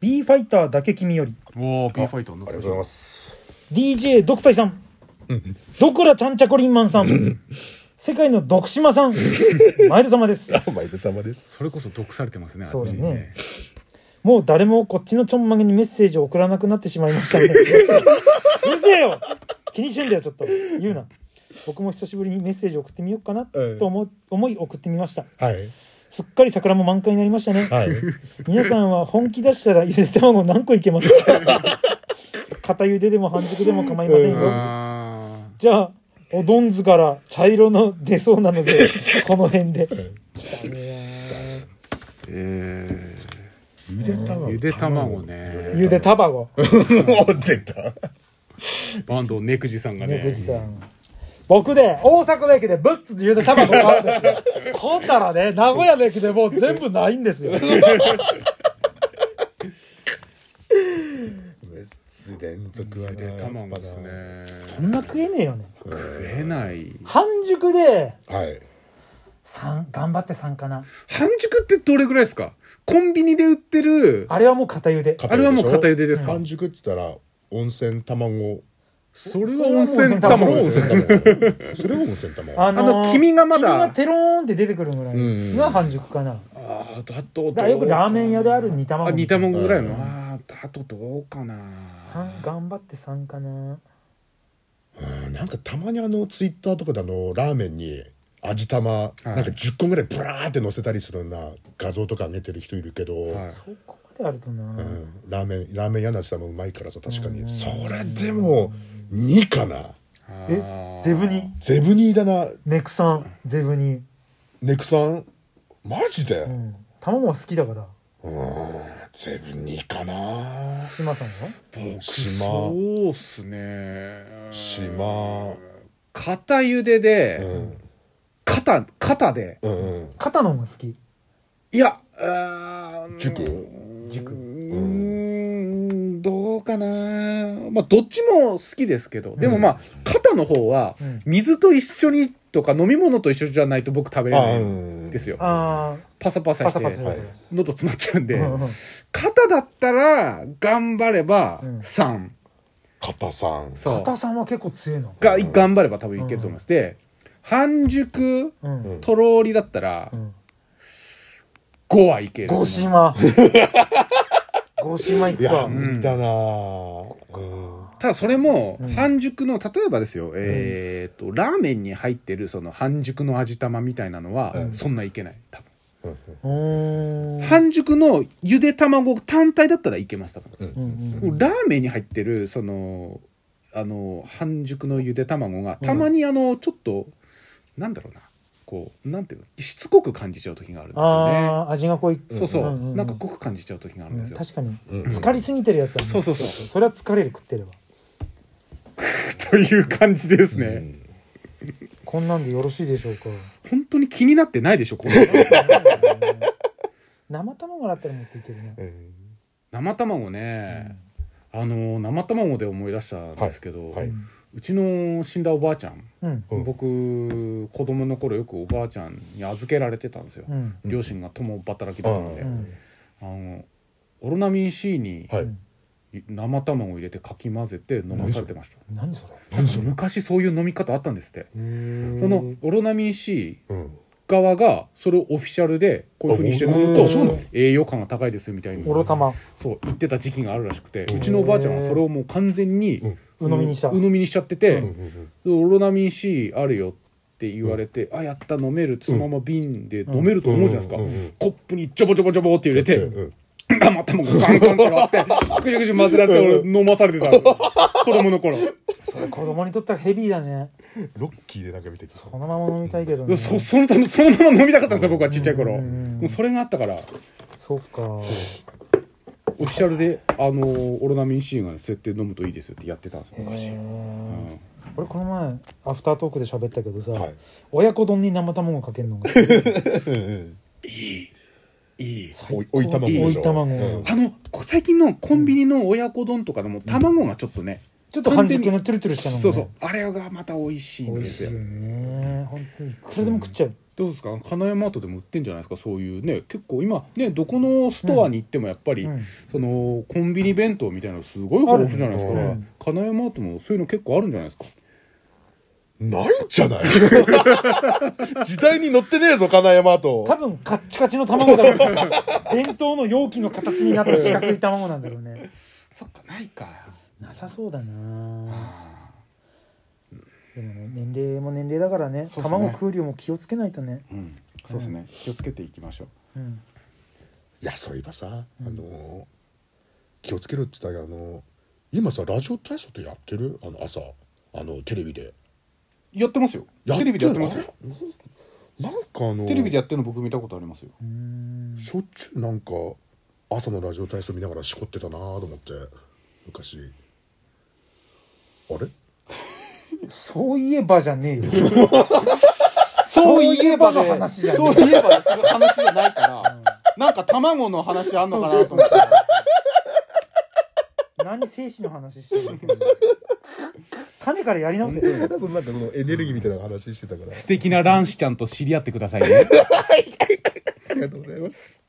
B ファイターだけ君よりおお B ファイターのありがとうございます DJ ドクタイさんドクラちゃんちゃこりんまんさん世界の徳島さんマイル様ですお前で様ですそれこそ毒されてますねそうだねあっちにもう誰もこっちのちょんまげにメッセージを送らなくなってしまいましたね。うるせえうるせえよ気にしてんだよ、ちょっと。言うな。僕も久しぶりにメッセージを送ってみようかなうんと思,、思い送ってみました。はいすっかり桜も満開になりましたね。 はい皆さんは本気出したらゆで卵何個いけますか片茹ででも半熟でも構いませんよ。あじゃあ、おどんずから茶色の出そうなの で、この辺で。ーえゆで卵 ー、ゆで卵ねゆで卵。もう出たバンドネクジさんがね、藤ねさん。僕で、大阪の駅でブッツ言うて卵買うんです よ。ほんならね、名古屋の駅でもう全部ないんですよ。連続はゆで卵ですねそんな食えねえよね。食えない半熟で、はい三頑張って3かな。半熟ってどれぐらいですかコンビニで売ってるあれはもう片茹で。あれはもう片茹でですか、完熟っつったら温泉卵それは温泉それは卵もうで温すよ泉ね 卵それは温泉卵あのあーの黄身がまだ黄身がテローンって出てくるぐらいが半熟かな。だああだとからよくラーメン屋である煮あ卵。煮卵ぐらいの、うんああだとどうかな三頑張って3かな。うんなんかたまにあのツイッターとかであのラーメンに味玉、なんか10個ぐらいブラーって乗せたりするような画像とか上げてる人いるけど、はいそこまであるとな。うんラーメンラーメン屋の味玉うまいからさ確かに、それでも2かなえゼブニ、ゼブニーだなネクさん、ゼブニ。ネクさんマジで、うん。卵は好きだから。ゼブニーかな島さんは僕島そうっすね島片茹でうで、ん肩肩でうんうん肩の方が好き。いやあー塾軸うーんどうかなまあどっちも好きですけどでもまあ肩の方はうん水と一緒にとか飲み物と一緒じゃないと僕食べれあなういんですよあパサパあ、サパしサてパサしてはるい喉詰まっちゃうんでうんうん肩だったら頑張ればうん3肩さんそう硬さんは結構強いの。が頑張れば多分いけると思いますで半熟うん。とろーりだったらうん。 5はいける五島。五島行いくやか。無理だなうんただそれもうん半熟の例えばですよえっとラーメンに入ってるその半熟の味玉みたいなのはうんそんないけない多分うーん。半熟のゆで卵単体だったらいけます多分うんうんラーメンに入ってるそのあの半熟のゆで卵がたまにあのちょっと、なんだろうなこうなんていうのしつこく感じちゃう時があるんですよねああ、味が濃い。そうそう,、うんうんうんなんか濃く感じちゃう時があるんうですんよ、確かに。うん疲れすぎてるやつだねそうそうそうそれは疲れる食ってれば。という感じですね、こんなんでよろしいでしょう か。本当に気になってないでしょこの人生卵だったら持っていけるねう。ん生卵ね、あの生卵で思い出したんですけど、はいはいうちの死んだおばあちゃん、うん。うん僕子供の頃よくおばあちゃんに預けられてたんですよ、うん。両親が共働きだったので、うん。あのオロナミン C にはい生卵を入れてかき混ぜて飲まされてました何それ。昔そういう飲み方あったんですってこそのオロナミン C うん側がそれをオフィシャルでこういうふうにして飲むあとそうなの栄養価が高いですよみたいにおろたま。そう言ってた時期があるらしくてうちのおばあちゃんはそれをもう完全にうんその鵜呑みにした鵜呑みにしちゃってうんてうんオロナミン C あるよって言われてあやった飲めるってそのまま瓶で飲めると思うじゃないですかうんうんうんコップにちょぼちょぼちょぼって入れ てうん生卵ガンガンって割って、ぐじゅぐじゅ混ぜられて、俺飲まされてたんですよ。子供の頃。それ子供にとってはヘビーだね。ロッキーでなんか見てきたそのまま飲みたいけどね。そ、そのため、そのまま飲みたかったんですよ、僕はちっちゃい頃。うんうんうんもうそれがあったから、そうか。オフィシャルで、あのー、オロナミン C がね、そうやって飲むといいですよってやってたんですよ、昔。へえ俺この前アフタートークで喋ったけどさ、はい親子丼に生卵かけるのがいい。おいおい卵追でいしょ卵、うんあの、こ最近のコンビニの親子丼とかでも、卵がちょっとね、ちょっと半熟のトゥルトゥルしたのも、ね、そうそうあれがまた美味しいん美で味しすいよよね本当にいくらでも食っちゃう、どうですか金山アートでも売ってんじゃないですかそういうね結構今ねどこのストアに行ってもやっぱり、うんそのコンビニ弁当みたいなのすごい豊富じゃないですか、あるうん金山アートもそういうの結構あるんじゃないですかないんじゃない 時代に乗ってねえぞ金山と多分カッチカチの卵だろう ね弁当の容器の形になった四角い卵なんだろうねそっかないかなさそうだなでもね年齢も年齢だからねそうっすね卵食う量も気をつけないとねうんそうですね気をつけていきましょううんいやそういえばさ、あのー気をつけろって言ったけど、あのー今さラジオ体操ってやってるあの朝あのテレビでやってますよテレビでやってますあよれなんかあのーテレビでやってるの僕見たことありますようーんしょっちゅうなんか朝のラジオ体操見ながらしこってたなと思って昔あれそういえばじゃ ねえよそういえばの話じゃねえそういえばその話じゃないからなんか卵の話あんのかな と思って何精子の話して るの種からやり直せ そのなんかこのエネルギーみたいな 話してたから素敵な卵子ちゃんと知り合ってくださいねありがとうございます